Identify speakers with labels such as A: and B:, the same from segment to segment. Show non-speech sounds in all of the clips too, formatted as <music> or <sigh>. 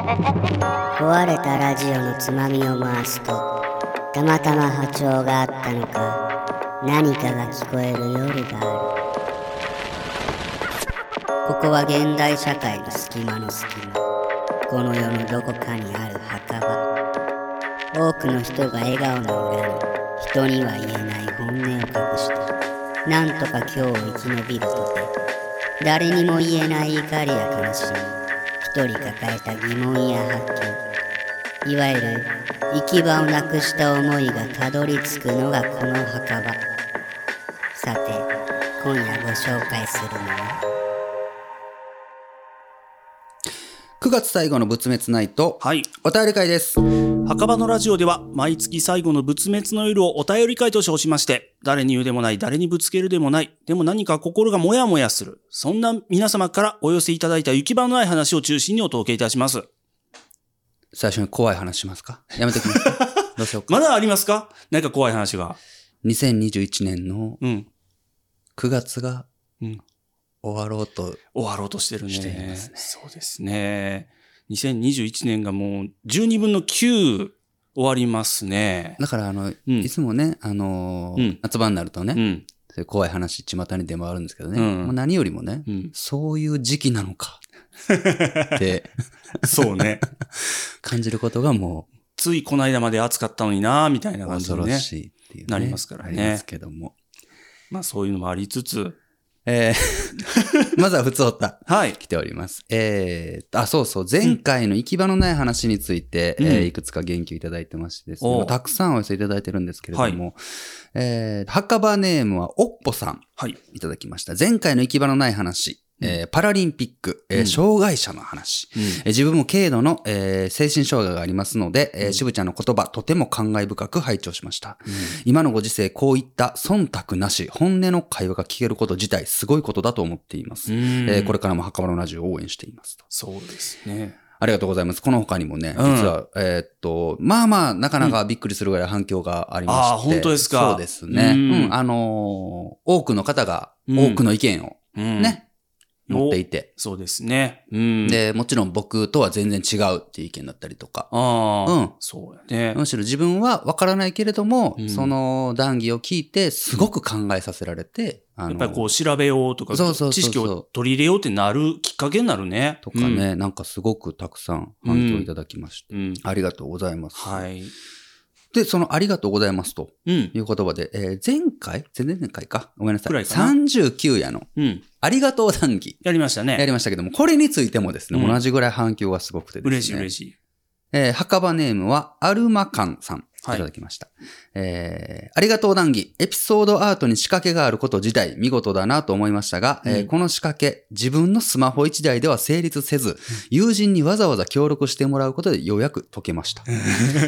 A: 壊れたラジオのつまみを回すとたまたま波長があったのか何かが聞こえる夜があるここは現代社会の隙間の隙間この世のどこかにある墓場多くの人が笑顔の裏に人には言えない本音を隠してなんとか今日を生き延びるとて誰にも言えない怒りや悲しみ一人抱えた疑問や発見いわゆる行き場をなくした思いがたどり着くのがこの墓場さて今夜ご紹介するのは
B: 9月最後の仏滅ナイト、
C: はい。
B: お便り会です。
C: 墓場のラジオでは、毎月最後の仏滅の夜をお便り会と称しまして、誰に言うでもない、誰にぶつけるでもない、でも何か心がもやもやする、そんな皆様からお寄せいただいた行き場のない話を中心にお届けいたします。
B: 最初に怖い話します
C: <laughs>
B: かやめてきますかどうしようか。
C: まだありますかなんか怖い話が。
B: 2021年の
C: うん。
B: 9月が
C: うん。
B: 終わろうと、
C: 終わろうとしてるね。
B: していますね
C: そうですね。2021年がもう12分の9終わりますね。
B: だからあの、
C: うん
B: いつもね、あのー
C: うん
B: 夏場になるとね、
C: うん。
B: そういう怖い話、巷に出回るんですけどね、
C: うん
B: もう何よりもね、
C: うん。
B: そういう時期なの
C: <laughs>
B: かって
C: そ
B: <laughs>
C: うね。
B: 感じることがも
C: ついこの間まで暑かったのになみたいな
B: う
C: 感じ
B: 恐
C: で
B: ろ
C: ね。
B: しいっていう、ね
C: なりますからね
B: ありますけども。
C: まあそういうのもありつつ。
B: えー <laughs> まずは普通おった。
C: はい。
B: 来ております。えーっと、あ、そうそう、前回の行き場のない話について、
C: うん
B: えーいくつか言及いただいてましてですね、
C: おう
B: まあたくさんお寄せいただいてるんですけれども、えー墓場ネームはおっぽさん
C: はい。
B: いただきました。前回の行き場のない話、えーパラリンピック、えー
C: うん
B: 障害者の話、えー自分も軽度の、えー精神障害がありますので、えー渋ちゃんの言葉、とても感慨深く拝聴しました。今のご時世、こういった忖度なし、本音の会話が聞けること自体、すごいことだと思っています。えーこれ
C: れ。
B: からも墓場のラジオを応援していますと。
C: そうですね。
B: ありがとうございます。この他にもね、
C: うん
B: 実は、えーっと、まあまあ、なかなかびっくりするぐらい反響がありまして。
C: あー本当ですか
B: そうですね。
C: う
B: うんん、あのー多くの方が、
C: うん
B: 多くの意見を
C: うん。
B: ね、
C: うん
B: 持っていて。
C: そうですね。うん。、
B: で、もちろん僕とは全然違うっていう意見だったりとか。
C: ああ。
B: うん
C: そうだね。
B: むしろ自分はわからないけれども、
C: うん
B: その談義を聞いて、すごく考えさせられて、あ
C: や
B: の
C: っぱりこう調べようとか、
B: そうそうそうそう
C: 知識を取り入れようってなるきっかけになるね。
B: とかね、なんかすごくたくさん反響いただきまして、
C: うん。うん。
B: ありがとうございます。
C: はい。
B: で、そのありがとうございますと
C: うん。
B: いう言葉で、えー前回前々回かごめんなさい。
C: くらいかな
B: 39夜の
C: うん。
B: ありがとう談義
C: やりました
B: や
C: ね。
B: りましたけども、これについてもですね、
C: うん
B: 同じぐらい反響がすごくてですね。
C: 嬉しい嬉しい。
B: えー墓場ネームはアルマカンさん。い
C: はい
B: ただきました。えーありがとう談義。エピソードアートに仕掛けがあること自体、見事だなと思いましたが、えー
C: うん
B: この仕掛け、自分のスマホ1台では成立せず、友人にわざわざ協力してもらうことでようやく解けま
C: <laughs>
B: した。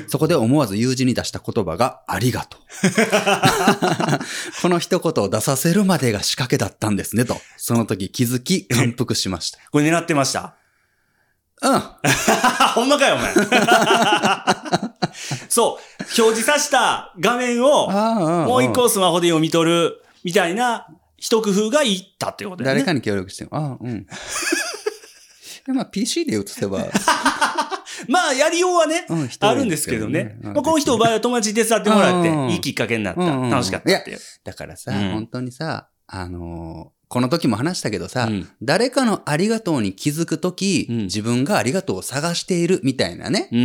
B: そこで思わず友人に出した言葉が、ありが
C: <laughs>
B: とう。この一言を出させるまでが仕掛けだったんですね、と。その時気づ
C: <laughs>
B: き、感服しまし
C: これ狙ってました。
B: た。うん。
C: あ、ほんまかよ、お
B: <laughs>
C: 前。そう。表示さした画面を、
B: <laughs> ああ
C: もう一個スマホで読み取る、みたいな、一工夫がいったってことだよ
B: 誰
C: ね。
B: かに協力しても、ああ、
C: <laughs>
B: うん。でまあ、PC で映せば、
C: まあ、やりようはね、
B: うん、一人
C: あるんですけどね。
B: うん
C: まあ、この人の場合は友達に手伝ってもらっ
B: うん
C: て、いいきっかけになった。
B: うん
C: 楽しかったっていう。
B: だからさ、
C: うん
B: 本当にさ、あのーこの時も話したけどさ、
C: うん
B: 誰かのありがとうに気づく時、
C: うん
B: 自分がありがとうを探しているみたいなね、
C: う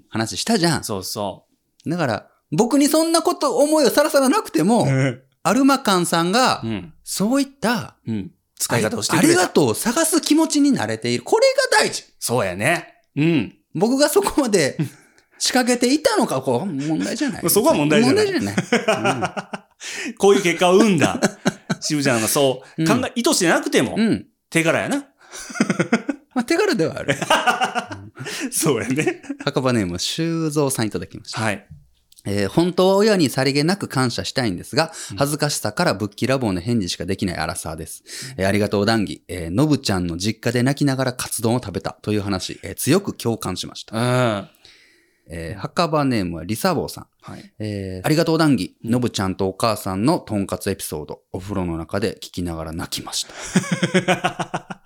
C: ん。
B: 話したじゃん。
C: そうそ
B: だから、僕にそんなこと、思いをさらさらなくても、
C: う。
B: アルマカンさんが、
C: うん。
B: そういった、
C: うん。使い方をして
B: あ
C: く
B: り
C: れ
B: が
C: た。
B: とうを探す気持ちに慣れている。これが大事。
C: そうやね。うん。
B: 僕がそこまで仕掛けていたのか、こう、問題じゃない。
C: そこは問題じゃない
B: 問題じゃない。
C: こういう結果を生
B: <laughs>
C: んだ。渋ちゃんがそう、
B: うん
C: 考え、意図してなくても
B: う、ん。うん
C: 手柄やな。
B: まあ、手軽ではある。
C: そうやね。
B: 墓場ネーム、修造さんいただきました。
C: はい。
B: えー本当は親にさりげなく感謝したいんですが、恥ずかしさからぶっきらぼうの返事しかできないアラサーです。えーありがとう談義、えーのぶちゃんの実家で泣きながらカツ丼を食べたという話、えー強く共感しました。
C: うん。は
B: えー墓場ネームはリサボーさん。
C: い。
B: えーありがとう談義、のぶちゃんとお母さんのとんかつエピソード、お風呂の中で聞きながら泣きました。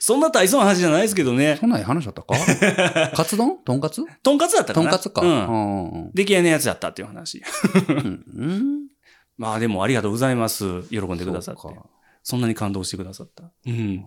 C: そんな大層な話じゃないですけどね。
B: そんなん話だった
C: <laughs>
B: かカツ丼とんかつ
C: とんかつだったか
B: と
C: なん
B: かつか。
C: うん。
B: ん。
C: 出来合いのやつだったっていう話。
B: うん。
C: まあでもありがとうございます。喜んでくださって。
B: そう
C: そ
B: か
C: んなに感動してくださった。うん。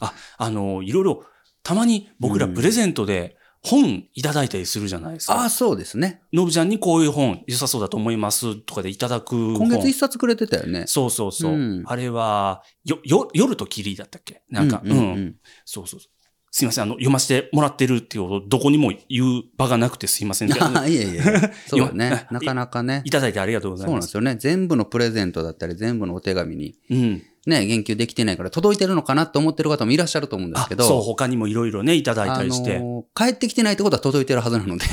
C: あ、あの、いろいろ、たまに僕らプレゼントで本いただいたりするじゃないです
B: あ
C: か
B: あ、。そうですね。
C: のぶちゃんにこういう本良さそうだと思いますとかでいただく本。
B: 今月一冊くれてたよね。
C: そうそうそう。
B: うん
C: あれは、よ、よ、夜と霧だったっけなんか、
B: う
C: うんん
B: うんうん
C: そうそうそう。すいません、あの、読ませてもらってるっていうこと、どこにも言う場がなくてすいません。
B: ああ、いえ
C: <laughs>
B: いえ。そうだね。
C: 今
B: なかなかね
C: い。ただいてありがとうござ
B: そう
C: い
B: なん
C: ま。
B: ですすよね。全部のプレゼントだったり、全部のお手紙に、
C: うん
B: ね、言及できてないから、届いてるのかなと思ってる方もいらっしゃると思うんです
C: あ
B: け、ど、
C: そう、他にもいろいろね、いただい
B: あ
C: たり
B: の
C: して。
B: ー帰ってきてないってことは届いてるはずなの
C: <laughs>
B: で、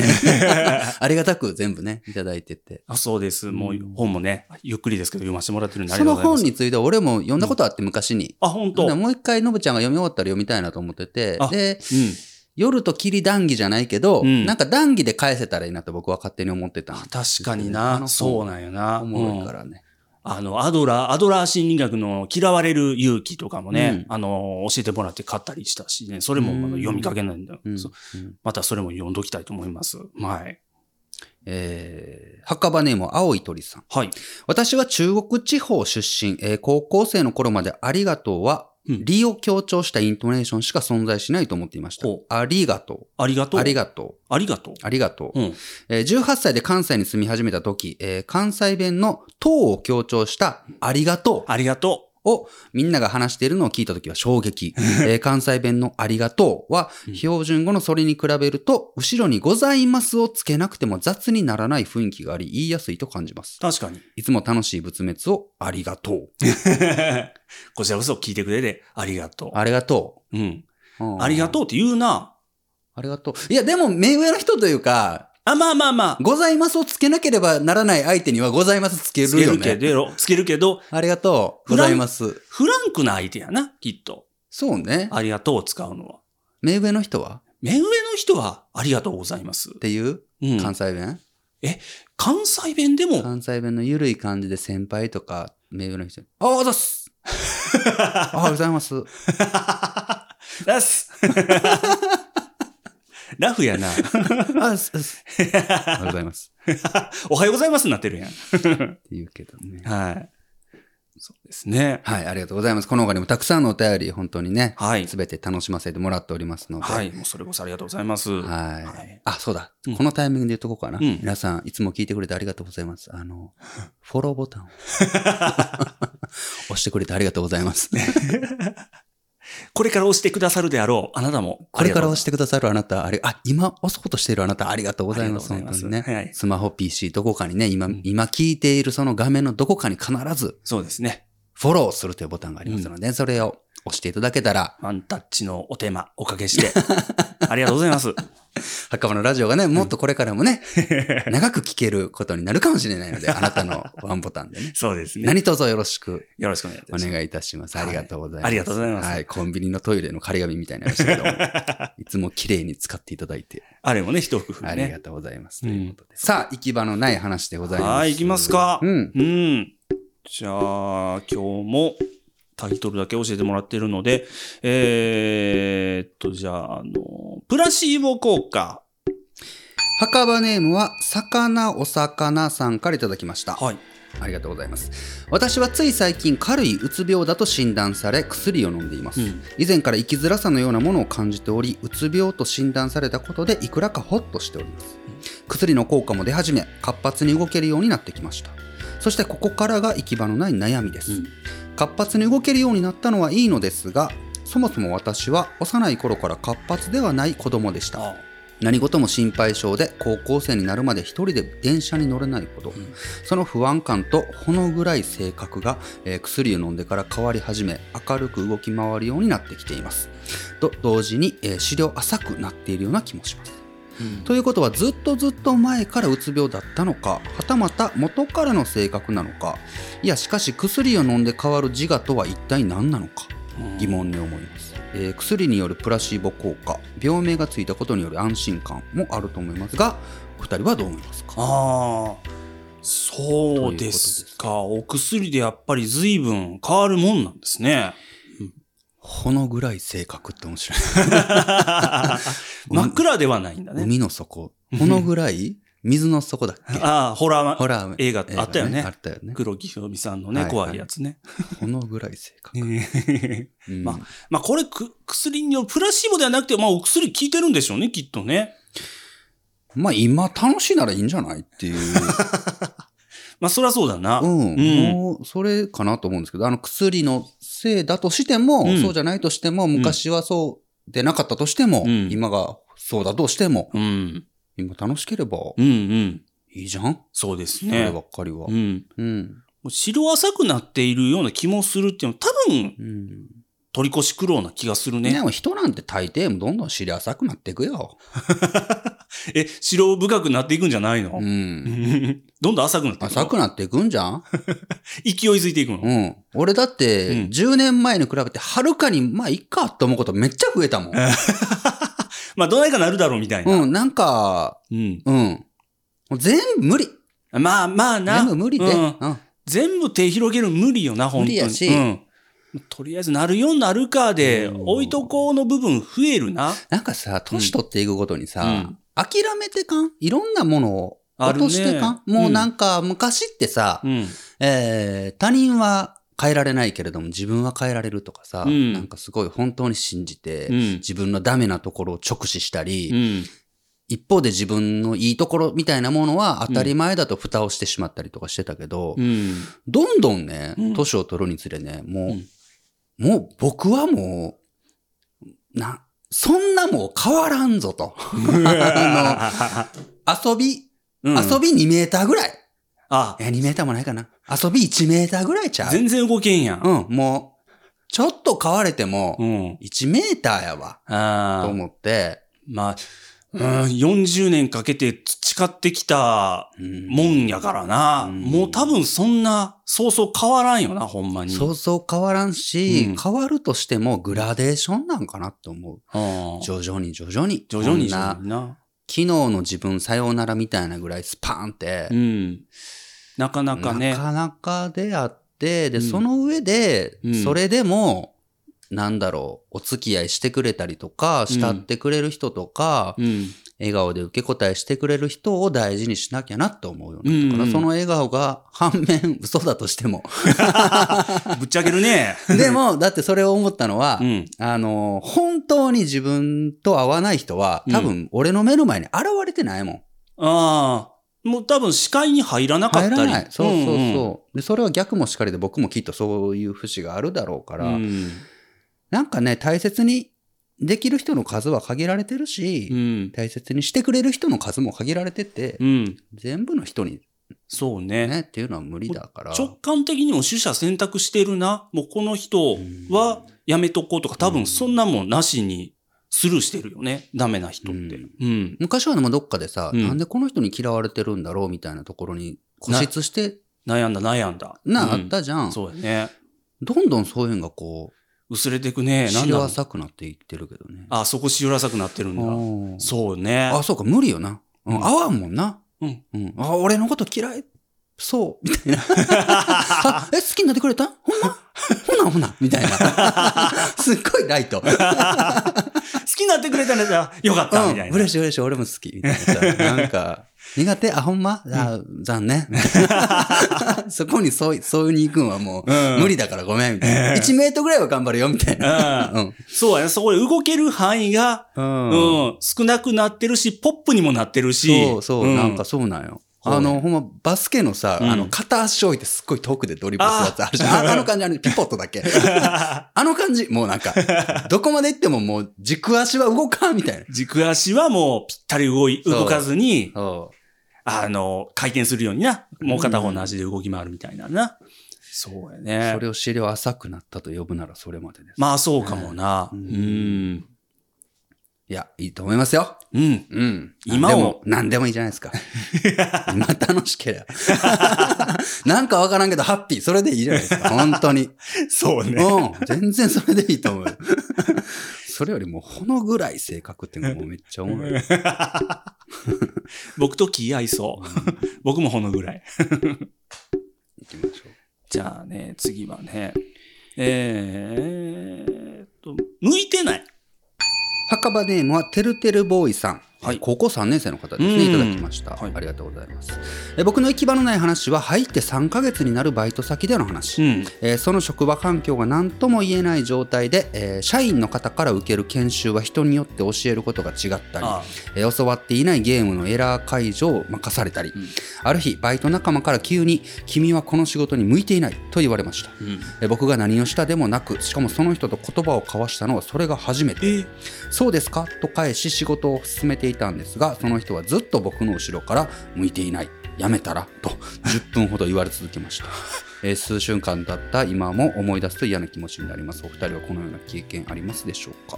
B: ありがたく全部ね、いただいてて。
C: あそうです。も
B: うん
C: う本もね、ゆっくりですけど読ませてもらってるんであ
B: そ
C: りがと
B: の
C: うございま
B: 本
C: す。
B: については俺も読んだことあって昔に。
C: あ、本当。
B: で
C: うん。
B: もう一回のぶちゃんが読み終わったら読みたいなと思ってて
C: あ、
B: で、夜と霧談義じゃないけど、
C: うん
B: なんか談義で返せたらいいなと僕は勝手に思ってたんですよね。
C: 確かに
B: あの
C: な。
B: 本
C: そうなんやな。
B: おもろいか
C: うん
B: らね。
C: あの、アドラー、アドラー心理学の嫌われる勇気とかもね、
B: う
C: あの、教えてもらって買ったりしたしね、それもあ
B: う
C: の
B: ん
C: 読みかけないんだよ、
B: うん
C: そう
B: うん
C: またそれも読んどきたいと思います。はい。
B: えー、墓場ネーム青い鳥さん。
C: はい。
B: 私は中国地方出身、えー高校生の頃までありがとうは、
C: うん
B: 理を強調したイントネーションしか存在しないと思っていました
C: ほう。
B: ありがと
C: ありがと
B: う。
C: う。
B: ありがとう。
C: ありがとう。
B: ありがとう。
C: うん。
B: えー18歳で関西に住み始めた時、えー関西弁の党を強調したありがとう
C: ありがと
B: をみんなが話しているのを聞いた時は衝撃。
C: <laughs>
B: えー関西弁のありがとうは
C: うん
B: 標準語のそれに比べると後ろにございますをつけなくても雑にならない雰囲気があり言いやすいと感じます
C: う。。確かに。 <laughs>
B: いつも楽しい仏滅をありがとう。
C: こちらこそ聞いてくれてありがと
B: ありがと
C: う。うん。
B: う。うん
C: ありがとうって言うな。
B: ありがとう。いや、でも目上の人というか、
C: あ、まあまあまあ。
B: ございますをつけなければならない相手にはございますつけ
C: つ
B: る
C: け
B: よ
C: るけ
B: ね。
C: ど、つけるけど、
B: ありがとう。ご
C: フラ
B: ざ
C: ン
B: います。
C: フランクな相手やな、きっと。
B: そうね。
C: ありがとうを使うのは。
B: 目上の人は
C: 目上の人は、ありがとうございます。
B: っていう
C: うん
B: 関西弁、
C: 関西弁でも、
B: 関西弁のゆるい感じで先輩とか目上の人にああ、ざっすああ、ございます。
C: <laughs> ラスラフやな。
B: あっすあっすありがとうございます。
C: おはようございますになってるやん。
B: って言うけどね。
C: はい。そうですね。
B: はい、ありがとうございます。この他にもたくさんのお便り、本当にね、
C: はい
B: す。べて楽しませてもらっておりますので。
C: はい。もうそれこそありがとうございます。
B: はい。
C: はい
B: あ、そうだ、
C: うん
B: このタイミングで言っとこうかな、
C: うん
B: 皆さん、いつも聞いてくれてありがとうございます。あの、フォローボタン
C: <laughs>
B: を押してくれてありがとうございます。
C: これから押してくださるであろう、あなたも。。
B: これから押しててくださるあなた、あれ、あ、今押そうとしているあなた、ありがとうございます。
C: あり
B: 本
C: が
B: 当
C: とうござ
B: に
C: います
B: ね、
C: はい
B: スマホ、PC、どこかにね、今、
C: ん
B: 今聞いているその画面のどこかに必ず、
C: そうですね。
B: フォローするというボタンがありますので、それを押していただけたら、
C: ワンタッチのお手間、おかけ
B: <laughs>
C: して。ありがとうございます。
B: 墓場のラジオがね、もっとこれからも
C: <laughs>
B: ね、長く聞けることになるかもしれないので、あなたのワンボタンでね。
C: そうですね。
B: 何卒よろしく
C: よろしくお願いい
B: お
C: たします。
B: 願いいたします。ありがとうございます。
C: ありがとうございます
B: はい、コンビニのトイレの仮紙みたいなのですけども、
C: <laughs>
B: いつも綺麗に使っていただいて、
C: あれもね、一工夫
B: あり
C: ね
B: が。とうございます。
C: うん
B: ということで。さあ、行き場のない話でございます。
C: はい、行きますか。
B: うん。
C: うん。じゃあ、今日もタイトルだけ教えてもらってるので、えー、っと、じゃあ、あの、プラシーボ効果。
B: 墓場ネームは、魚お魚さんからいただきました。
C: はい。
B: ありがとうございます。私はつい最近、軽いうつ病だと診断され、薬を飲んでいます。
C: うん
B: 以前から生きづらさのようなものを感じており、うつ病と診断されたことで、いくらかホッとしております。薬の効果も出始め、活発に動けるようになってきました。そしてここからが行き場のない悩みです。
C: うん
B: 活発に動けるようになったのはいいのですが、そもそも私は幼い頃から活発ではない子供でした。
C: あ
B: 何事も心配性で高校生になるまで一人で電車に乗れないこと、
C: ん
B: その不安感とほの暗い性格が、えー薬を飲んでから変わり始め明るく動き回るようになってきていますと同時に、えー資料浅くなっているような気もします
C: うん
B: ということはずっとずっと前からうつ病だったのかはたまた元からの性格なのかいやしかし薬を飲んで変わる自我とは一体何なのか疑問に思います、えー薬によるプラシーボ効果病名がついたことによる安心感もあると思いますがお二人はどう思いますか
C: ああ、そう <laughs> ですか。お薬でやっぱり随分変わるもんなんですね。
B: ほのぐらい性格って面白い。
C: 真っ暗ではないんだね。
B: 海の底。ほのぐらい水の底だっけ
C: ああ、ホラ
B: ホ
C: ー
B: ラー
C: 映画あったよね
B: あったよね。
C: 黒木ひろみさんの
B: はい
C: ね、
B: はい
C: 怖いやつね。
B: ほのぐらい性格。うん
C: まあまあこれく、薬による、プラシーボではなくて、まあお薬効いてるんでしょうね、きっとね。
B: まあ今楽しいならいいんじゃないっていう。
C: <laughs> まあそりゃそうだな。
B: うん。
C: うん
B: もう、それかなと思うんですけど、あの薬のせいだとしても、
C: うん
B: そうじゃないとしても、昔はそうでなかったとしても、
C: うん
B: 今がそうだとしても、
C: うん。
B: 今楽しければ
C: うんうん。
B: いいじゃん、
C: そうです
B: それ
C: ね
B: ば。っかりは
C: う。ん。
B: うん。
C: もう白浅くなっているような気もするっていうのは、多分、
B: うん。
C: 取り越し苦労な気がする
B: ね、で
C: ね。
B: も人なんて大抵どんどん知り浅くなっていくよ。
C: え、白深くなっていくんじゃないの、
B: うん。
C: どんどん浅くなっていくの。
B: 浅くなっていくんじゃん
C: 勢いづいていくの。
B: うん。俺だって、
C: うん
B: 10年前に比べて、はるかに、まあ、いっかって思うことめっちゃ増えたもん。
C: まあ、どないかなるだろうみたいな。
B: うん、なんか、
C: うん。
B: うん。もう全部無理。
C: まあまあな。
B: 全部無理で。
C: うん
B: うん
C: 全部手広げる無理よな、本当に。
B: 無理やし
C: うん。とりあえずなるようになるかで、
B: うん
C: 置いとこうの部分増えるな。
B: なんかさ、年取っていくごとにさ、
C: うん
B: 諦めてかんいろんなものを
C: あ
B: 落
C: るね
B: としてかん、もうなんか昔ってさ、
C: うん。
B: えー他人は変えられないけれども自分は変えられるとかさ、
C: うん
B: なんかすごい本当に信じて、
C: うん。
B: 自分のダメなところを直視したり、
C: うん。
B: 一方で自分のいいところみたいなものは当たり前だと蓋をしてしまったりとかしてたけど、
C: うん。
B: どんどんね
C: うん、
B: 年を取るにつれね、もう、
C: うん
B: もう僕はもう、な、そんなもう変わらんぞと。 <laughs> 遊び、
C: うん
B: 遊び2メーターぐらい。
C: あ、
B: え、2メーターもないかな。遊び1メーターぐらいちゃう。
C: 全然動けんやん。
B: うん、もう、ちょっと買われても
C: う、ん。
B: 1メーターやわ、と
C: ああ。
B: 思って、
C: まあ、うん、40年かけて培ってきた
B: うん
C: もんやからな。
B: うん
C: もう多分そんな、そうそう変わらんよな、ほんまに。
B: そうそう変わらんし、
C: うん
B: 変わるとしてもグラデーションなんかなって思う。
C: うん
B: 徐々に徐々に。
C: 徐々に
B: こんな
C: 徐々にな。
B: 昨日の自分さようならみたいなぐらいスパーンって、
C: うん。なかなかね。
B: なかなかであって、で、
C: うん
B: その上で、
C: うん
B: それでも、なんだろう、お付き合いしてくれたりとか、慕ってくれる人とか、
C: うん。
B: 笑顔で受け答えしてくれる人を大事にしなきゃなって思うよ
C: うんう
B: ね。
C: ん
B: だからその笑顔が反面嘘だと
C: <laughs>
B: しても。
C: ぶっちゃけ
B: <laughs>
C: るね。
B: でも、だってそれを思ったのは、
C: うん。
B: あの、本当に自分と合わない人は、多分俺の目の前に現れてないもん。
C: ああ。もう多分視界に入らなかった
B: 入
C: り。
B: らない。そうそうそう。
C: んん
B: で、それは逆もしかりで僕もきっとそういう節があるだろうから、
C: うん。
B: なんかね、大切にできる人の数は限られてるし、
C: うん。
B: 大切にしてくれる人の数も限られてて、
C: うん。
B: 全部の人に
C: そうね。
B: ね、っていうのは無理だから。
C: 直感的にも取捨選択してるな。もうこの人はやめとこうとか、多分そんなもんなしにスルーしてるよね。ダメな人って。
B: うん
C: うん。
B: 昔はでもどっかでさ、
C: うん
B: なんでこの人に嫌われてるんだろうみたいなところに固執して、
C: 悩んだ悩んだ。
B: な、
C: うん
B: あったじゃん。
C: そうやね。
B: どんどんそういうのがこ
C: 薄れてく
B: う、
C: ね。なん
B: 知
C: だ
B: り
C: ろう。
B: 浅くなっていってるけどね。
C: あ、そこしらさくなってるんだ。
B: うん
C: そうね。
B: あ、そうか、無理よな。う、
C: うんん
B: 合わんもんな。
C: うん。
B: うん。あ、俺のこと嫌い。そう。みた
C: <laughs>
B: いな。あえ、好きになってくれたほんまほなほな。みたい
C: <laughs>
B: な。すっごいライト。
C: 好きになってくれたらさよかっ
B: う
C: た、
B: ん。
C: みたいな。
B: 嬉しい嬉しい。俺も好き。みたいなさ。なん
C: <laughs>
B: か、苦手あ、ほんまあ、残念。そこにそうい、そういうに行くんはもう、
C: うん
B: 無理だからごめん。みたいな。1メートルぐらいは頑張るよ。みたいな。
C: う
B: うんん。
C: そうやね。そこで動ける範囲が、うん、少なくなってるし、ポップにもなってるし。
B: そうそう、
C: ん
B: なんかそうなんよ。
C: そうね
B: あの、ほんま、バスケのさ、
C: うん
B: あの、片足置いてすっごい遠くでドリブルするやつあるじゃん。ああの感じ、あの、ピポット
C: <laughs>
B: だけ。あの感じ、もうなんか、どこまで行ってももう、軸足は動かんみたいな。
C: 軸足はもうぴったり動い、
B: そう
C: 動かずに、
B: そ
C: あの、回転するようにな。もう片方の足で動き回るみたいなな。そうや
B: う。
C: ね
B: そ。れを資料浅くなったと呼ぶならそれまでです。
C: まあそうかもな。う
B: うん
C: ん。
B: いや、いいと思いますよ。
C: うん。
B: うん。
C: 今
B: 何
C: を
B: でも何でもいいじゃない
C: <laughs>
B: ですか。今楽しければ。 <laughs> なんかわからんけど、ハッピー。それでいいじゃない
C: <laughs>
B: ですか。本当に。
C: そうね。
B: うん、全然それでいいと思う。 <laughs> それよりも、ほのぐらい性格っていうのもめっちゃおもろい。
C: <laughs> 僕と気合いそう。僕もほのぐらい。
B: 行きましょう。
C: じゃあね、次はね。えーっ向いてない。
B: 墓場ネームはてるてるボーイさん、
C: はい
B: 高校3年生の方ですね
C: う
B: い
C: ん
B: ただきました、
C: はい
B: ありがとうございますえ僕の行き場のない話は入って3ヶ月になるバイト先での話、
C: うん。
B: えーその職場環境が何とも言えない状態で、えー社員の方から受ける研修は人によって教えることが違ったり
C: ああ
B: えー教わっていないゲームのエラー解除を任されたり、ある日バイト仲間から急に「君はこの仕事に向いていない」と言われました、
C: うん。
B: えー僕が何をしたでもなくしかもその人と言葉を交わしたのはそれが初めて
C: え
B: そうですかと返し仕事を進めていたんですがその人はずっと僕の後ろから向いていないやめたらと10分ほど言われ続けま <laughs> した、えー数週間経った今も思い出すと嫌な気持ちになりますお二人はこのような経験ありますでしょうか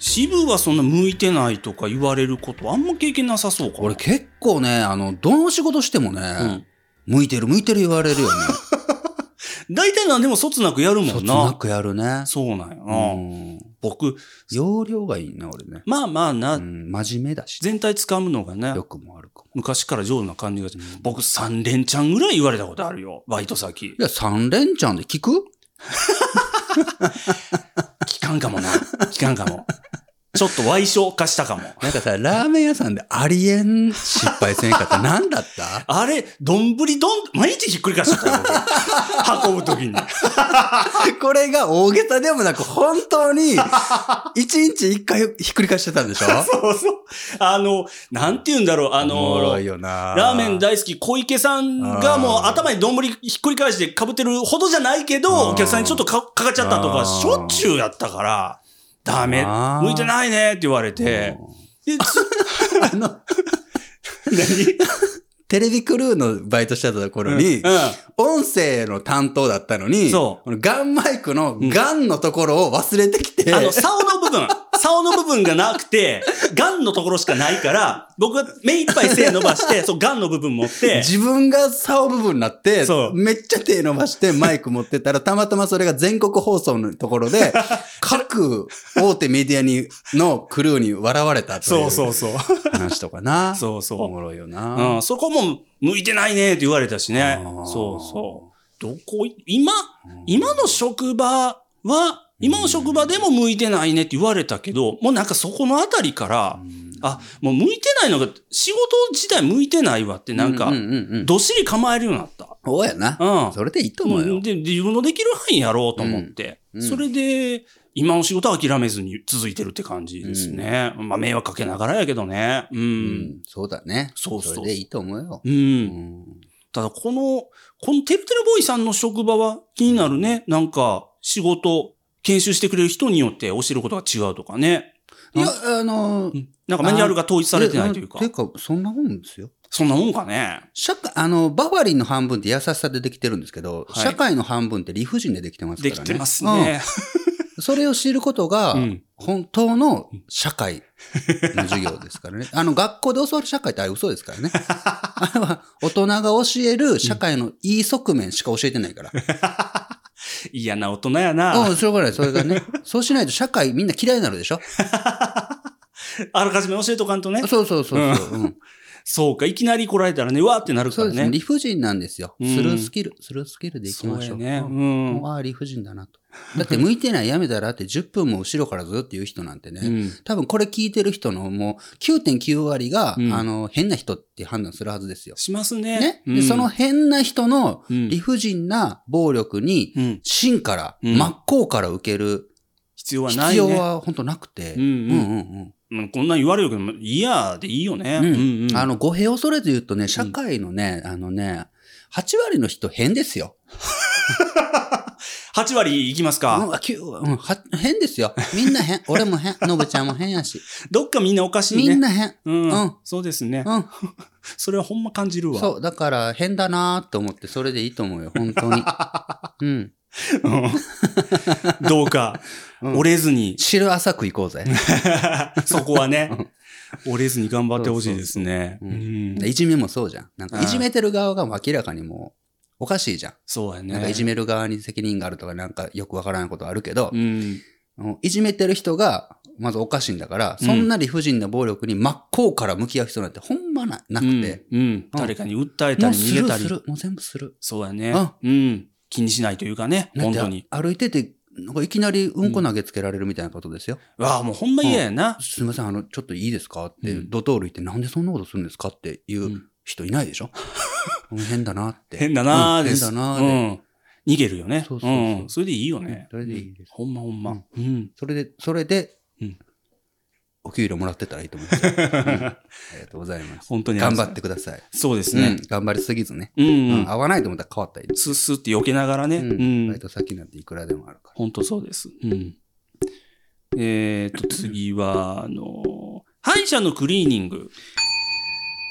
C: 渋はそんな向いてないとか言われることあんま経験なさそうかな。
B: 俺結構ねあのどの仕事してもね、向いてる向いてる言われるよね
C: うん。大体何でもそつなくやるもんな。
B: そつなくやるね
C: そうなん
B: う
C: やな。
B: ん
C: 僕、
B: 容量がいいな俺ね、
C: まあまあな、
B: うん、真面目だし
C: 全体掴むのがね、
B: 欲もあるかも
C: 昔から上手な感じがし僕3連チャンぐらい言われたことあるよ。バイト先 <laughs>
B: い。や3連チャンで聞く
C: 聞かんかもな。聞かんかも。ちょっと歪償化したかも。
B: なんかさ、ラーメン屋さんでありえん失敗せんかった。なんだった
C: あれ、どんぶりどん、毎日ひっくり返しちゃった
B: <laughs>
C: よ。僕運ぶときに。 <laughs>
B: これが大げさでもなく、本当に、
C: <laughs>
B: 一日一回ひっくり返してたんでしょ
C: そうそう。あの、なんて言うんだろう、あ
B: おも
C: の
B: ろい、よな
C: ラーメン大好き小池さんがもう
B: あー
C: 頭にどんぶりひっくり返して被ってるほどじゃないけど、
B: あー
C: お客さんにちょっとかかかっちゃったとか、
B: あー
C: しょっちゅうやったから、ダメ、
B: あー
C: 向いてないねって言われて、で、
B: <laughs>
C: つ
B: あの、テレビクルーのバイトしてた頃に、
C: う
B: 音声の担当だったのに、
C: そう
B: このガンマイクのガンのところを忘れてきて、
C: ん。あの、竿の部分、竿の部分がなくて、ガンのところしかないから、僕が目いっぱい背伸ば <laughs> して、そう、ガンの部分持って、
B: <laughs> 自分が竿部分になって
C: そ、う
B: めっちゃ手伸ばしてマイク持ってたら、たまたまそれが全国放送のところ
C: <laughs>
B: で、各大手メディアに、のクルーに笑われたとい
C: そう
B: う
C: そうそう。
B: 話とかな。
C: そうそう
B: おもろいよ
C: う
B: な。
C: ん、そこも向いてないねって言われたしね
B: あ。ー
C: そうそう。どこい、今、今の職場は、今の職場でも向いてないねって言われたけど、もうなんかそこのあたりから、あ、もう向いてないのが、仕事自体向いてないわってなんか
B: う、んうんうん。
C: どっしり構えるようになった。
B: そうやな。
C: うん。
B: それでいいと思う
C: うん
B: よ。
C: で、自分のできる範囲やろうと思って、
B: うんうん
C: それで、今の仕事は諦めずに続いてるって感じですね。まあ迷惑かけながらやけどね。う。
B: うんん。そうだね。
C: そうそう
B: それでいいと思うよ。
C: うん
B: うん
C: ただ、この、このてるてるボーイさんの職場は気になるね。なんか、仕事、研修してくれる人によって教えることが違うとかね。
B: いや、あの
C: う、んなんかマニュアルが統一されてないというか
B: て。いうか、そんなもんですよ。
C: そんなもんかね。
B: 社会、あの、バファリンの半分って優しさでできてるんですけど、
C: はい
B: 社会の半分って理不尽でできてますから
C: で
B: ね。
C: きてますね。
B: うん。それを知ることが
C: う、ん。
B: 本当の社会の授業ですから
C: <laughs>
B: ね。あの、学校で教わる社会ってあれ嘘ですからね。あれは、大人が教える社会のいい側面しか教えてない
C: <laughs>
B: から。
C: 嫌な大人や
B: う
C: な。
B: ん、しょうがない。それがね。そうしないと社会みんな嫌いになるでしょ
C: あらかじめ教えとかんとね。
B: そうそうそうそう。
C: <laughs>
B: うん
C: そうか、いきなり来られたらね、うわーってなるか
B: そう
C: ら
B: ですね。
C: ね。
B: 理不尽なんですよ。ス
C: うん
B: ルースキル、スルースキルでいきましょう。
C: そうやね
B: う
C: うんん
B: もうああ、理不尽だなと。だって、向いてない、やめたらって10分も後ろからずっと言う人なんてね。
C: うん
B: 多分これ聞いてる人のもう9.9割が、
C: うん
B: あの、変な人って判断するはずですよ。
C: しますね。
B: ね、
C: うん
B: でその、変な人の
C: うん
B: 理不尽な暴力に、
C: うん
B: 真から、
C: うん
B: 真っ向から受ける
C: 必要はないね。
B: 必要は本当なくて、
C: うんうん
B: うん
C: うんこんなん言われるけど、いやでいいよね。
B: うんうん
C: うんうん
B: あの、語弊恐れず言うとね、社会のね、あのね、8割の人変ですよ。
C: 8割いきます
B: う
C: か。
B: ん、あきゅううんは変ですよ。みんな変。俺も変。のぶちゃんも変やし。
C: どっかみんなおかしい
B: み
C: ね。
B: んな <laughs> 変。
C: うん、
B: うん
C: そうですね。
B: うん。
C: それはほんま感じるわ。
B: そう。だから、変だなーと思って、それでいいと思うよ。本 <laughs> 当に。うん。 <laughs>
C: うんどうか、
B: うん
C: 折れ
B: <laughs>
C: ずに、
B: 汁浅く行こう <laughs> ぜ。
C: そこはね、折れずに頑張ってほしいですね。
B: そううそうそ
C: ん
B: いじめもそうじゃん。なん
C: う
B: か、
C: ん
B: いじめてる側がもう明らかにもう、おかしいじゃん。
C: そうやね。
B: なんか、いじめる側に責任があるとか、なんか、よくわからないことあるけど
C: う、ん。
B: うんいじめてる人が、まずおかしいんだから、そんな理不尽な暴力に真っ向から向き合う人なんてほんまなな
C: う
B: くて
C: ん。。うん誰かに訴えた
B: もう
C: り、
B: す
C: 逃
B: る
C: げた
B: す
C: り。
B: る。もう全部する。
C: そうやね
B: うん。
C: うん。気にしないというかね、
B: だっ
C: 本
B: て
C: 当に。
B: 歩いてて、なんかいきなりうんこ投げつけられるみたいなことですよ。
C: わあ、もうほんま嫌やな。
B: すみません、あの、ちょっといいですかって、
C: うん
B: ドトール行って、なんでそんなことするんですかっていううん人いないでしょ、 <laughs> うん変だなって。
C: 変だなーです。
B: うん変だなー
C: う
B: で。
C: ん。逃げるよね。
B: そうそうそうん
C: それでいいよね。
B: それでいいです
C: ほんまほん
B: う
C: ま
B: ん。
C: うん。
B: それで、それで、
C: うん
B: お給料もらってたらいいと思い
C: <laughs>
B: ますよ、うんありがとうございます。
C: 本当に。
B: 頑張っ。てください。
C: そうです
B: う
C: ね
B: ん。、頑張りすぎずね。
C: うん
B: う
C: うん
B: ん、合わないと思ったら変わったらいいです。
C: スッスッって避けながらね。う
B: うん、バイ
C: ん。
B: ト先なんていくらでもあるから。
C: 本当そうです。うん。えっと、次は、あの、歯医者のクリーニング。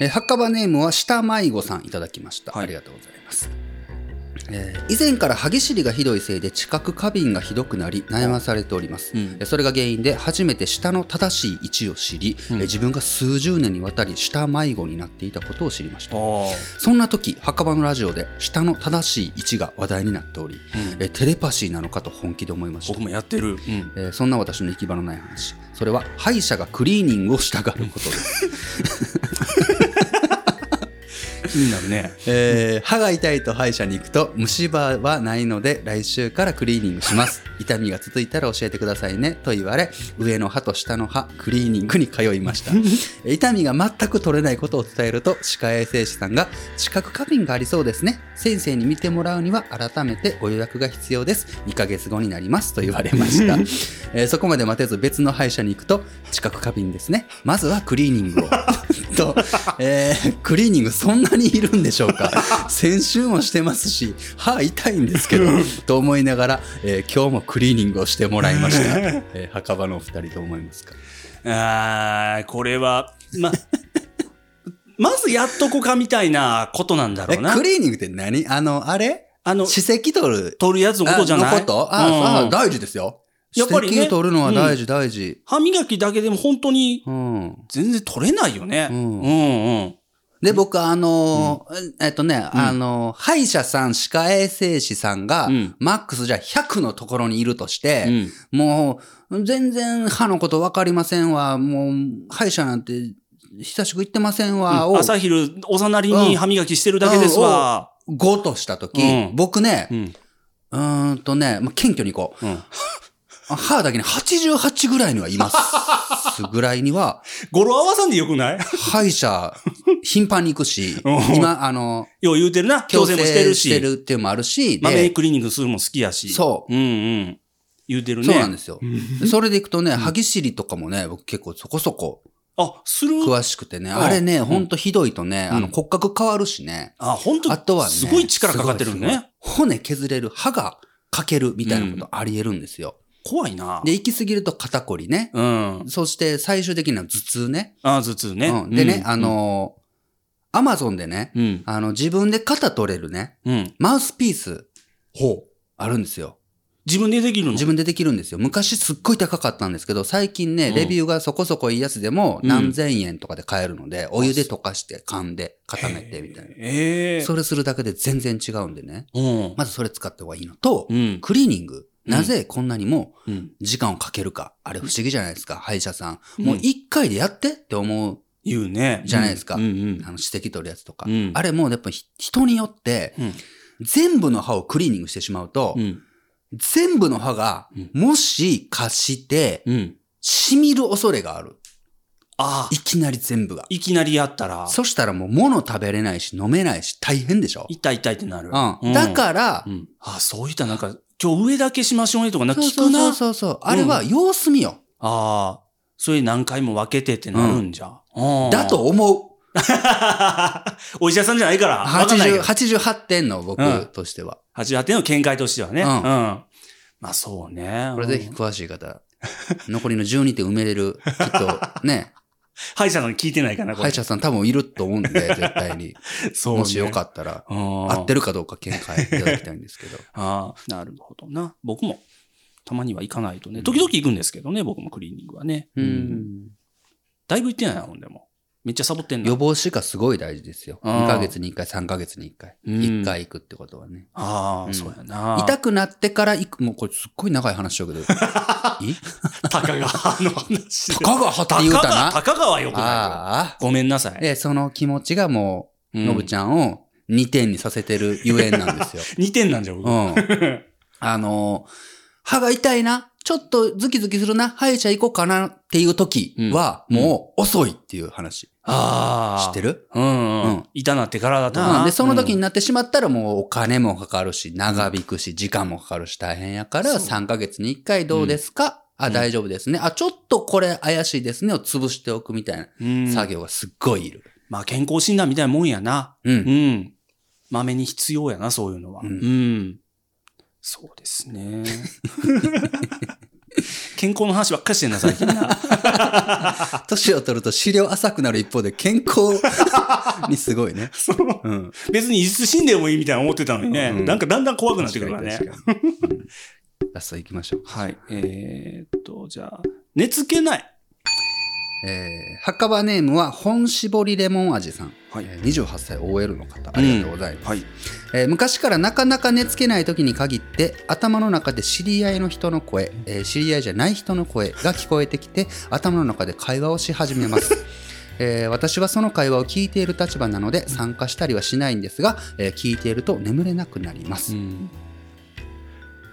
B: えー、墓場ネームは下迷子さんいただきました。
C: はい
B: ありがとうございます。えー以前から歯ぎしりがひどいせいで知覚過敏がひどくなり悩まされております、
C: うん
B: えそれが原因で初めて舌の正しい位置を知り、
C: うん
B: えー自分が数十年にわたり舌迷子になっていたことを知りました
C: あ。
B: そんな時墓場のラジオで舌の正しい位置が話題になっており、
C: うん
B: えーテレパシーなのかと本気で思いました
C: 僕もやってる。うん。
B: えーそんな私の行き場のない話それは歯医者がクリーニングをしたがることです
C: 気になるね。
B: えー歯が痛いと歯医者に行くと虫歯はないので来週からクリーニングします痛みが続いたら教えてくださいねと言われ上の歯と下の歯クリーニングに通いましたえー痛みが全く取れないことを伝えると歯科衛生士さんが知覚過敏がありそうですね先生に見てもらうには改めてご予約が必要です2ヶ月後になりますと言われました、えーそこまで待てず別の歯医者に行くと知覚過敏ですねまずはクリーニングをと、えークリーニングそんなにいるんでしょう <laughs> か先週もしてますし歯痛いんですけどと思いながら、えー今日もクリーニングをしてもらいました、えー墓場のお二人と思いますか
C: あーこれは、ま、 <laughs> まずやっとこかみたいなことなんだろ
B: え
C: うな
B: ク。リーニングって何あのあれ
C: あの、
B: 歯石取る
C: 取るやつのことじゃない
B: あのことあ、
C: うん
B: あ大事ですよ
C: やっぱりね
B: 歯石取るのは大事、大事
C: 歯磨きだけでも本当に
B: うん
C: 全然取れないよね。う
B: うんん
C: うん。
B: で、僕、あのーえっとね、あのー歯医者さん、歯科衛生士さんが、
C: うん
B: マックスじゃあ100のところにいるとし
C: う
B: て、
C: ん
B: もう、全然歯のこと分かりませんわ、もう、歯医者なんて、久しく行ってませんわ、を、
C: 朝昼、おざなりに歯磨きしてるだけですわ。
B: 5としたとき、
C: うん
B: 僕ね
C: う、ん。
B: うーんとね、まあ、謙虚に行こう。
C: うん。
B: 歯だけに88ぐらいにはいます。ぐらいには、
C: 語呂合わさんでよくない <laughs>
B: 歯医者、頻繁に行くし
C: うん、
B: 今、あの、
C: よう言うてるな。矯正もしてるし。
B: 矯正っていうのもあるし、で
C: 豆クリーニングするのも好きやし。。
B: そう
C: うんうん。言うてるね。
B: そうなんですよ。
C: うん
B: それでいくとね、歯ぎしりとかもね、僕結構そこそこ
C: <laughs> あ、する
B: 詳しくてね、
C: ん
B: あれね、
C: うん
B: ほんとひどいとね、
C: うん
B: あの骨格変わるしね、
C: あ、本当
B: あとはね、
C: すごい力かかってる
B: すごいす
C: ね。
B: ごい骨削れる、歯が欠けるみたいなことありえるんですよ。
C: 怖いな。
B: で、行き過ぎると肩こりね、
C: うん。
B: そして最終的には頭痛ね。
C: あ、頭痛ね。
B: うんでね、
C: うん
B: あ、のアマゾンでね、
C: うん。
B: あの、自分で肩取れるね、
C: うん。
B: マウスピース、あるんですよ。
C: 自分でできるの
B: 自分でできるんですよ。昔すっごい高かったんですけど、最近ね、
C: うん
B: レビューがそこそこいいやつでも
C: うん
B: 何千円とかで買えるので、お湯で溶かして噛んで固めてみたいな。
C: ええ
B: それするだけで全然違うんでね。
C: うん。
B: まずそれ使った方がいいのと
C: う、ん。
B: クリーニング。
C: うん
B: なぜこんなにも
C: うん。
B: 時間をかけるか。あれ不思議じゃないですか、歯医者さん。
C: うん
B: もう一回でやってって思う、
C: 言うね。
B: じゃないですか
C: うんうん
B: あの、指摘取るやつとか
C: うん。
B: あれもうやっぱひ人によって
C: う、ん。
B: 全部の歯をクリーニングしてしまうと
C: う、ん。
B: 全部の歯が
C: うん、
B: もし貸して、
C: うん。
B: 染みる恐れがある。
C: ああ
B: い、きなり全部が。
C: いきなりやったら、
B: そしたらもう物食べれないし飲めないし大変でしょ、
C: 痛い痛いってなる。
B: うん、だから、
C: ら、うん。ああ、そういったなんか、今日上だけしましょうねとか、なんか
B: そう
C: 聞
B: そ
C: く
B: う
C: な。
B: そ
C: あ
B: うそうそう。あれは様子見よ。
C: あ、それ何回も分けてってなるんじゃ。うん
B: だと。思う。
C: <laughs> お医者さんじゃないから。わかんないけ
B: 80
C: ど
B: 88点の僕
C: うん
B: としては。
C: 88点の見解としてはね。う。
B: うんん
C: まあそうね。
B: これぜひ詳しい方、残りの12点埋めれる、きっとね、
C: <laughs> 歯医者さん聞いてないかな、こ
B: 歯
C: れ
B: 医。者さん多分いると思うんで、絶対に。
C: <laughs> そうね
B: もしよかったら、
C: うん
B: 合ってるかどうか見解いただきたいんですけど。
C: ああ、なるほどな。僕も、たまには行かないとね。時々行くんですけどね、僕もクリーニングはね。
B: う
C: うん
B: ん
C: だいぶ行ってないな、ほんでも。めっちゃサボってん
B: 予
C: の。
B: 防歯科すごい大事ですよ。
C: うん
B: 2ヶ月に1回、3ヶ月に1回。
C: うん
B: 1回行くってことはね。
C: ああ、
B: うん
C: そうやな。
B: 痛くなってから行く、もうこれすっごい長い話だけど、
C: <laughs>
B: い
C: たかが、あの話
B: た
C: で。
B: かがはって言うたな。
C: たかがはよくな
B: あ
C: い。ごめんなさ
B: あ。
C: い。
B: で、その気持ちがもう、
C: うん
B: のぶちゃんを2点にさせてるゆえんなんですよ。
C: 2点なんじゃ、僕。
B: うん。あの、歯が痛いな、ちょっとズキズキするな、歯医者行こうかなっていう時は、
C: うん
B: もう遅いっていう話。
C: あ
B: 知ってる
C: うん、う。
B: うん
C: 痛なってからだと
B: う
C: な。
B: んで、その時
C: うん
B: になってしまったらもうお金もかかるし、長引くし、時間もかかるし、大変やから、
C: そう
B: 3ヶ月に1回どうですか、あ、大丈夫ですね。あ、ちょっとこれ怪しいですねを潰しておくみたい
C: うん
B: な作業がすっごいいる。
C: まあ健康診断みたいなもんやな。
B: うん。
C: うん。まめに必要やな、そういうのは。う。
B: うんん
C: そうです <laughs> ね。健康の話ばっかりしてんな、最近 <laughs> な。
B: 年を取ると資料浅くなる一方で健
C: <laughs>
B: 康にすごいね。うん。
C: 別にいつ死んでもいいみたいな思ってたのにね。
B: うん
C: なんかだんだん怖くなってくるからね。
B: 確かに。確かにラスト行きましょう。
C: はい。えー、っと、じゃあ、寝つけない。
B: えー、墓場ネームは本絞りレモン味さん。
C: はい
B: えー28歳 OL の方、ありがとうございます。
C: はい。
B: えー昔からなかなか寝つけない時に限って頭の中で知り合いの人の声、えー知り合いじゃない人の声が聞こえてきて頭の中で会話をし始めます、 <laughs> えー私はその会話を聞いている立場なので参加したりはしないんですが、えー聞いていると眠れなくなります、
C: うん。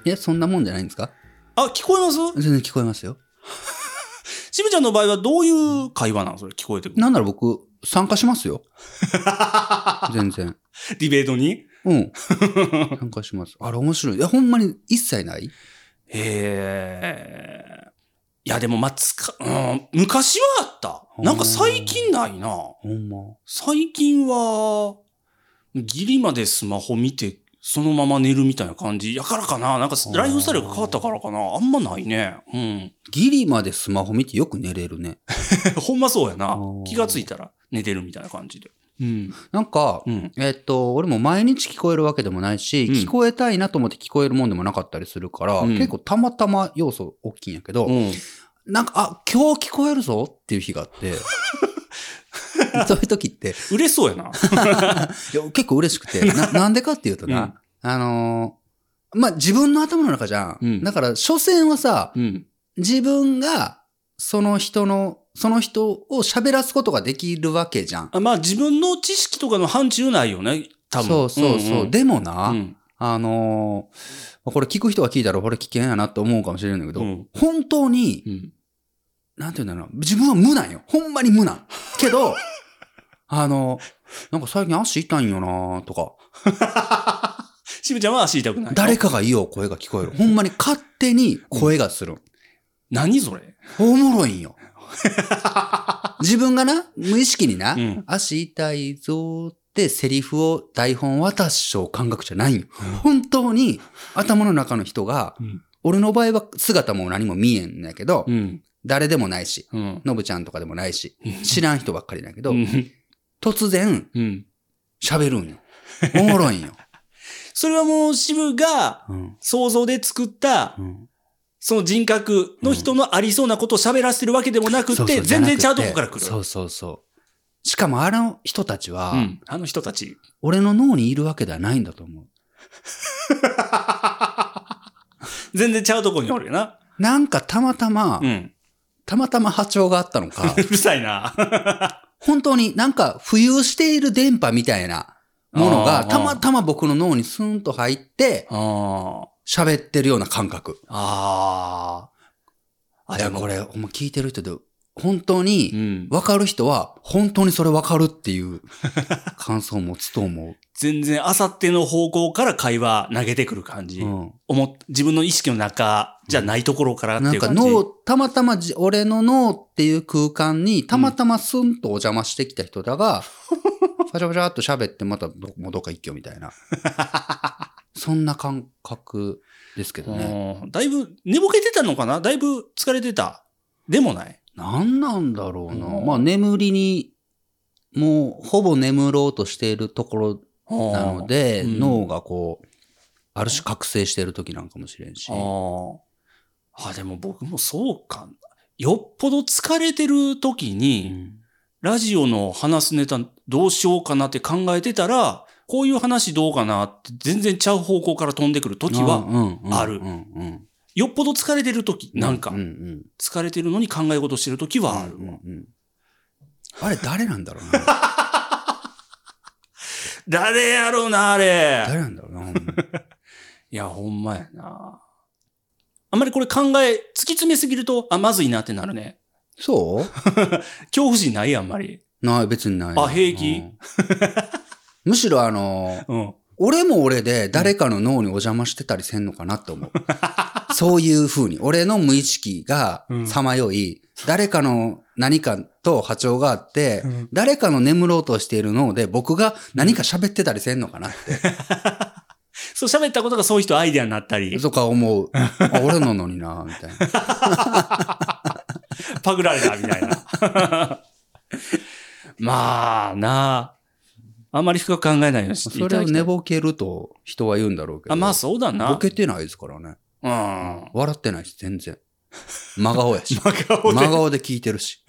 B: えそんなもんじゃないんですか
C: あ、聞こえます
B: 全然聞こえますよ
C: しぶちゃんの場合はどういう会話なのそれ聞こえてくる。
B: なんなら僕参加します
C: <laughs>
B: よ全然
C: ディベートに
B: うん参加しますあれ面白いいやほんまに一切ない
C: ええいや、でも、まあ、つか、うん、昔はあった。なんか最近ないな。
B: ほんま
C: 最近は、ギリまでスマホ見て、そのまま寝るみたいな感じ。やからかななんか
B: ー
C: ライフスタイルが変わったからかなあんまないね。うん。 <laughs>
B: ギリまでスマホ見てよく寝れるね
C: ほんまそうやな
B: あ。ー
C: 気がついたら寝てるみたいな感じで。うん。
B: なんか、
C: うん。
B: えっと、俺も毎日聞こえるわけでもないし、
C: うん
B: 聞こえたいなと思って聞こえるもんでもなかったりするから、
C: うん
B: 結構たまたま要素大きいんやけど、
C: うん。
B: なんか、あ、今日聞こえるぞっていう日があ
C: <laughs>
B: って、 <laughs> そういう時って、
C: 嬉しそうやな。
B: いや結構嬉しく
C: <laughs>
B: て、ななんでかっていうとな、あのーまあ、自分の頭の中じゃん。
C: うん
B: だから、所詮はさ、
C: うん。
B: 自分が、その人の、その人を喋らすことができるわけじゃん。
C: あまあ自分の知識とかの範疇ないよね。多分。
B: そうそうそう。
C: んん
B: でもな、
C: うん
B: あのーこれ聞く人が聞いたらこれ危険やなと思うかもしれないんだけど、
C: うん
B: 本当に
C: う、ん。
B: なんて言うんだろうな、自分は無なんよ。ほんまに無なん。け
C: <laughs>
B: ど、あのなんか最近足痛いんよなとか、
C: しぶちゃんは足痛くない。
B: 誰かが言おう声が聞こえる。ほんまに勝手に声がする。
C: 何それ
B: おもろいん
C: <laughs>
B: よ。自分がな、無意識にな、
C: うん
B: 足痛いぞーってセリフを台本渡しを感覚じゃないんよ。本当に頭の中の人が、
C: うん
B: 俺の場合は姿も何も見えんんだけど、
C: うん。
B: 誰でもないし、
C: うん。
B: のぶちゃんとかでもないし、知らん人ばっかりだけど、
C: うん
B: 突然
C: うん。
B: 喋るんよ。おもろいんよ。
C: それはも <laughs> うしぶが
B: うん
C: 想像で作った
B: う、ん
C: その人格の人のありそうなことを喋らせてるわけでもなく
B: そう
C: て、
B: そうじゃ
C: 全
B: なくて
C: 然ちゃうとこから来る。
B: そうそうそう。しかもあの人たちは、
C: うんあの人たち。
B: 俺の脳にいるわけではないんだと思う。
C: 全然ちゃうとこにおるよな。
B: なんかたまたま、
C: うん。 <laughs>
B: たまたま波長があったのか
C: う、るさいな。
B: 本当になんか浮遊している電波みたいなもの
C: あ
B: が、
C: ー
B: たまたま僕の脳にスンと入って、
C: あ
B: 喋ってるような感覚。
C: あ。ああ。
B: いや、こ
C: れ。
B: れ、ほんま聞いてる人で、本当に、
C: うん。
B: わかる人は、本当にそれわかるって
C: <laughs>
B: いう感想を持つと思
C: 全然あさっての方向から会話投げてくる感
B: う。
C: じ。
B: うん、
C: 思っ自分の意識の中じゃないところからって
B: ないん
C: う
B: か
C: 感じ。
B: 脳、たまたまじ、俺の脳っていう空間に、たまたまスンとお邪魔してきた人だ
C: <laughs>
B: が、パチャパチャっと喋って、またどもうどっか一挙みたいな。
C: <laughs>
B: そんな感覚ですけどね。
C: うんだいぶ寝ぼけてたのかなだいぶ疲れてた。でもない。
B: なんなんだろうな。
C: うん
B: まあ、眠りに、もう、ほぼ眠ろうとしているところなので、
C: うん
B: 脳がこう、ある種覚醒してる時なんかもしれんし。
C: あーあ。でも僕もそうかな。よっぽど疲れてる時に、ラジオの話すネタどうしようかなって考えてたら、こういう話どうかなって全然ちゃう方向から飛んでくる時は、ある
B: うんうんうんうん
C: よっぽど疲れてる時、
B: う
C: なんか
B: う、ん
C: 疲れてるのに考え事してる時はある
B: うんうんうんあれ誰なんだろう
C: <laughs>
B: な
C: 誰やろうな、あれ。
B: 誰なんだろうなほんま
C: いや、ほんまやな。あんまりこれ考え、突き詰めすぎると、あ、まずいなってなるね。
B: そ
C: 恐怖心ないあんまり。
B: うない、別にない。
C: あ平気
B: うんむしろあの、
C: うん。
B: 俺も俺で誰かの脳にお邪魔してたりせんのかなって
C: <laughs>
B: 思う。そういう風に、俺の無意識が
C: うん
B: さまよい、誰かの何かと波長があって、
C: うん
B: 誰かの眠ろうとしている脳で僕が何か喋ってたりせんのかなって、
C: そう喋ったことがそういう人アイデアになっ
B: <laughs>
C: たり、
B: とか思う。あ俺なのにな、みたい
C: <laughs>
B: な。
C: パグられたみたいな。 <laughs> まあなあ。あんまり深く考えないようにしてい
B: そ
C: た
B: れ
C: だ
B: を
C: きた
B: 寝
C: い。
B: ぼけると人は言うんだろうけど。
C: あ、まあそうだな。
B: ボケてないですからね。
C: うん。真
B: <laughs> 笑ってないし、全然。真顔
C: <laughs>
B: やし。
C: 顔
B: 真
C: で。
B: 顔で聞いてるし。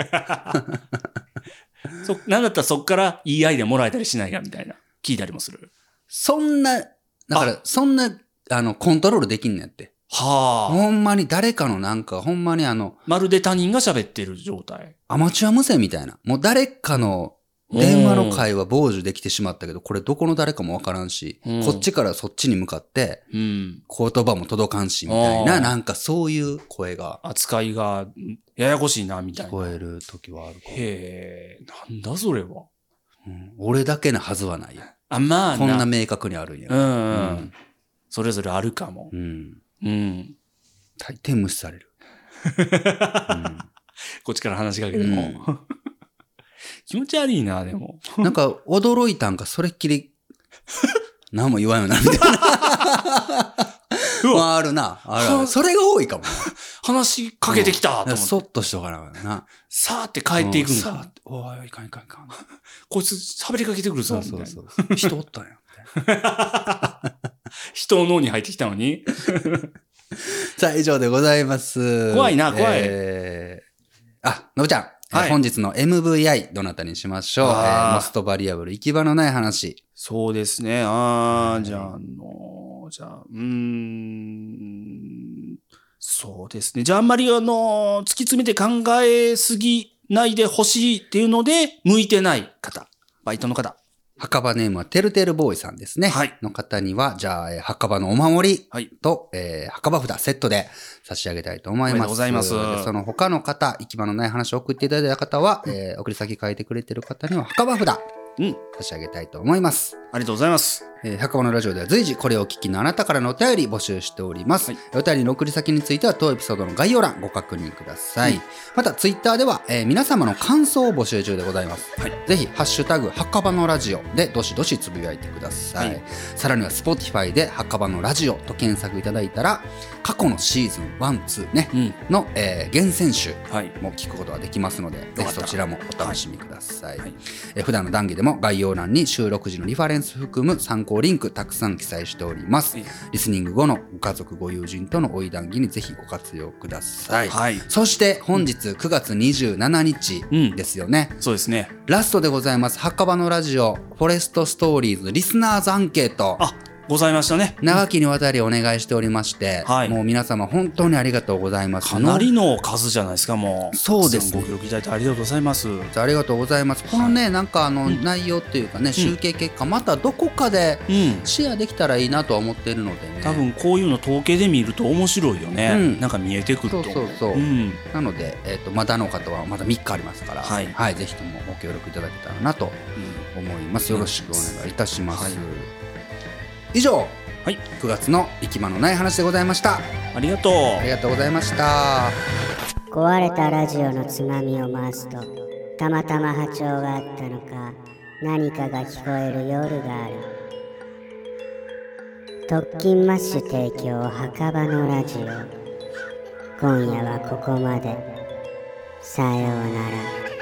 C: そなんだったらそっからいいアイデアもらえたりしないかみたいな。聞いたりもする。
B: そんな、だから、そんな、あの、コントロールできんねやって。
C: はあ。
B: ほんまに誰かのなんか、ほんまにあの、
C: まるで他人が喋ってる状態。
B: アマチュア無線みたいな。もう誰かの電話の会話傍受できてしまったけど、これどこの誰かもわからんし、
C: うん
B: こっちからそっちに向かって、
C: うん。
B: 言葉も届かんし、みたいな、
C: うん
B: なんかそういう声が
C: 扱いがややこしいな、み
B: 聞
C: たいな。
B: こえる時はあるかも
C: へえ、なんだそれは。
B: うん俺だけなはずはないよ。
C: あ、まあ
B: こんな
C: な。
B: 明確にあるんや
C: う。ん、う
B: うんん。
C: それぞれあるかも
B: う。ん。
C: うん。
B: 大抵無視され
C: <laughs>
B: る。
C: こっちから話しかけても。 <laughs> 気持ち悪いな、でも。 <laughs>
B: うんなんか驚いたんか、それっきり、 <laughs> 何も言わんよな、みたいな。
C: うわ
B: まあ、あるな。あるあるそれが多いかもな。
C: 話しかけてきたと思
B: なんかそ
C: って。
B: っとしとかなあかんな。
C: さーって帰っていくん
B: う
C: だ。
B: さあおい、いかんいかんいかん。
C: こいつ喋りかけてくるぞ、
B: そ
C: み
B: う
C: たい
B: そう
C: な。
B: そう。人おったんや。 <laughs>
C: 人の脳に入ってきたのに。
B: さあ、以上でございます。
C: 怖いな怖い
B: えーあ、のぶちゃん。
C: はい
B: えー本日の MVI、どなたにしましょう、え
C: あー
B: ーモストバリアブル、行き場のない話。
C: そうですね。ああ、じゃあ、あの、じゃあ、うーん、そうですね。じゃあ、あんまり、あの、突き詰めて考えすぎないでほしいっていうので、向いてない方、バイトの方。
B: 墓場ネームはてるてるボーイさんですね。
C: はい
B: の方には、じゃあ、えー墓場のお守
C: はい
B: りと、えー墓場札セットで差し上げたいと思います。
C: おめでとうございます
B: でその他の方、行き場のない話を送っていただいた方は、えー送り先書いてくれてる方には墓場札
C: うん、
B: 差し上げたいと思います。
C: ありがとうございます。
B: えー、100話のラジオでは随時これをお聞きのあなたからのお便り募集しております、
C: はい
B: お便りの送り先については当エピソードの概要欄ご確認ください、
C: うん
B: またツイッターでは、えー皆様の感想を募集中でございます、
C: はい
B: ぜひ「ハッシュタグ墓場のラジオ」でどしどしつぶやいてください、
C: はい
B: さらには Spotify で「墓場のラジオ」と検索いただいたら過去のシーズン12ね
C: うん、
B: の、えー厳選集
C: はい。
B: も聞くことができますので、
C: た
B: ぜひそちらもお楽しみください。
C: はい
B: えー普段の談義でも概要欄に収録時のリファレンス含む参考リンクたくさん記載しております
C: はい。
B: リスニング後のご家族、ご友人とのおい談義にぜひご活用ください。
C: はい。
B: そして本日9月27
C: う
B: 日
C: ん
B: ですよね、
C: そうですね。
B: ラストでございます墓場のラジオフォレストストーリーズリスナーズアンケート
C: あ、ございましたね。
B: 長きにわたりお願いしておりまして、
C: はい
B: もう皆様本当にありがとうございます
C: かなりの数じゃないですか、もう。
B: そうですね
C: ご協力いただいてありがとうございます。
B: ありがとうございます。このね、なんかあの、内容っていうかね、集計結果、またどこかで
C: うん。
B: シェアできたらいいなとは思ってるのでね。
C: 多分こういうの統計で見ると面白いよね。
B: うん
C: なんか見えてくると思
B: そうそうそう
C: うん。
B: なので、えっ、と、まだの方はまだ3日ありますから、
C: はい
B: ぜひともご協力いただけたらなと思います。よろしくお願いいたします。
C: はい
B: 以上、
C: はい
B: 9月の行き場のない話でございました。
C: ありがとう。
B: ありがとうございました。
A: 壊れたラジオのつまみを回すとたまたま波長があったのか何かが聞こえる夜がある特勤マッシュ提供墓場のラジオ今夜はここまでさようなら